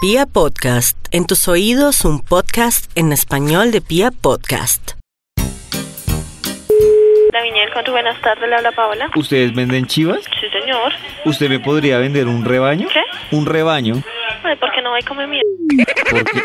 Pia Podcast, en tus oídos un podcast en español de Pia Podcast. La Viñel, con tu buenas tardes, le habla Paola. ¿Ustedes venden chivas? Sí, señor. ¿Usted me podría vender un rebaño? ¿Qué? ¿Un rebaño? Ay, ¿por qué no va y come mierda? Porque...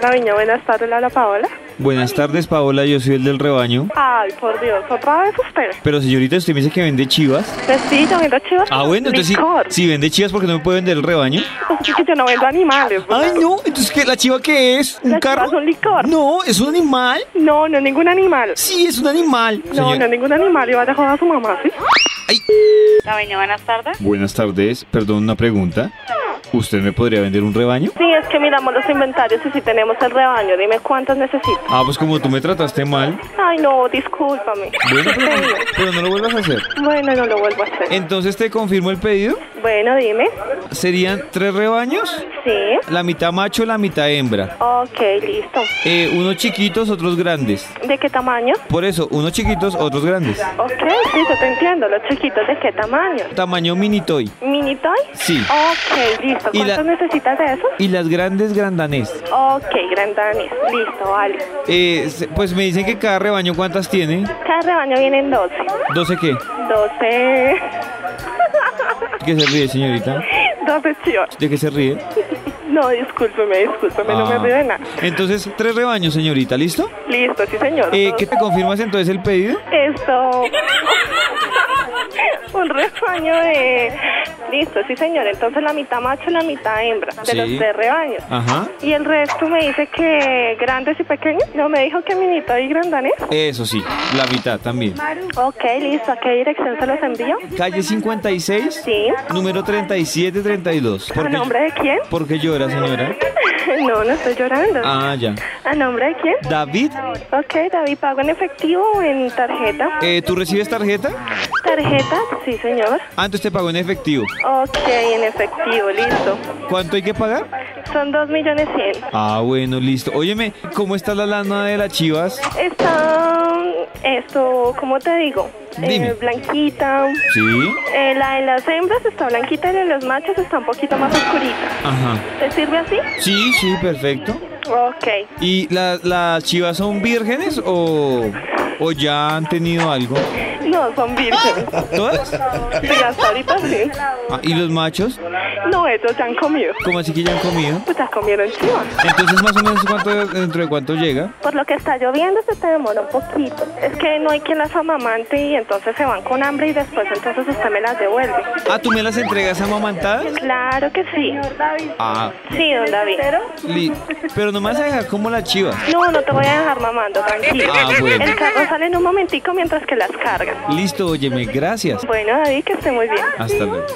La Viña, buenas tardes, le habla Paola. Buenas tardes, Paola, yo soy el del rebaño. Ay, por Dios, otra vez usted. Pero señorita, usted me dice que vende chivas. Pues sí, yo vendo chivas. Ah, con bueno, entonces si, licor. si vende chivas, ¿por qué no me puede vender el rebaño? Es que yo no vendo animales. Ay, no, entonces ¿qué, ¿la chiva qué es? ¿Un La chiva carro? es un licor. No, ¿es un animal? No, no es ningún animal. Sí, es un animal. No, Señor- no es ningún animal. Y vaya a joder a su mamá, ¿sí? Ay. La Viña, buenas tardes. Buenas tardes, perdón, una pregunta. ¿Usted me podría vender un rebaño? Sí, es que miramos los inventarios y si tenemos el rebaño, dime cuántos necesito. Ah, pues como tú me trataste mal. Ay, no, discúlpame. Bueno, pero, pero no lo vuelvas a hacer. Bueno, no lo vuelvo a hacer. Entonces te confirmo el pedido. Bueno, dime. Serían tres rebaños, Sí. la mitad macho, la mitad hembra. Ok, listo. Eh, unos chiquitos, otros grandes. ¿De qué tamaño? Por eso, unos chiquitos, otros grandes. Ok, sí, yo te entiendo. Los chiquitos, ¿de qué tamaño? Tamaño mini toy. ¿Mini toy? Sí. Ok, listo. Y la- ¿Cuántos necesitas de esos? Y las grandes grandanés. Ok, grandanis. Listo, vale. Eh, se- pues me dicen que cada rebaño cuántas tiene. Cada rebaño vienen 12. 12 qué. 12. ¿Qué se ríe, señorita? 12 chivas. ¿De qué se ríe? No, discúlpeme, discúlpeme, Pues no me Ah. río de nada. Entonces, tres rebaños, señorita, ¿listo? Listo, sí, señor. Eh, Dos- ¿Qué te confirmas entonces el pedido? Esto. Un rebaño de. Listo, sí, señor. Entonces la mitad macho, la mitad hembra. De Sí. los tres rebaños. Ajá. Y el resto me dice que grandes y pequeños. No me dijo que minito y grandanes. Eso sí, la mitad también. Ok, listo. ¿A qué dirección se los envío? Calle 56, Sí. número 3732. ¿A Porque yo- nombre de quién? ¿Por qué llora, señora? No, no estoy llorando. Ah, ya. ¿A nombre de quién? David, Ok, David, ¿pago en efectivo o en tarjeta? eh, ¿tú recibes tarjeta? ¿Tarjeta? Sí, señor. Antes te pagó en efectivo. Ok, en efectivo, listo. ¿Cuánto hay que pagar? Son dos millones cien. Ah, bueno, listo. Óyeme, ¿cómo está la lana de las chivas? Está mm, esto, ¿cómo te digo? Eh, Dime. blanquita. Sí. Eh, la de las hembras está blanquita y la de los machos está un poquito más oscurita. Ajá. ¿Te sirve así? Sí, sí, perfecto. Ok. ¿Y la- las chivas son vírgenes o, o ya han tenido algo? No, son vírgenes. ¿Todas? Sí, hasta ahorita sí. Ah, ¿Y los machos? No, ellos ya han comido. ¿Cómo así que ya han comido? Pues ya comieron chivas. Entonces, más o menos, ¿cuánto, ¿dentro de cuánto llega? Por lo que está lloviendo se te demora un poquito. Es que no hay quien las amamante y entonces se van con hambre y después entonces usted me las devuelve. Ah, ¿tú me las entregas amamantadas? Claro que sí. Ah, Sí, don David. li- pero no me vas a dejar como las chivas. No, no te voy a dejar mamando, tranquilo. Ah, bueno. El carro sale en un momentico mientras que las cargan. Listo, óyeme, gracias. Bueno, David, que esté muy bien. Hasta luego.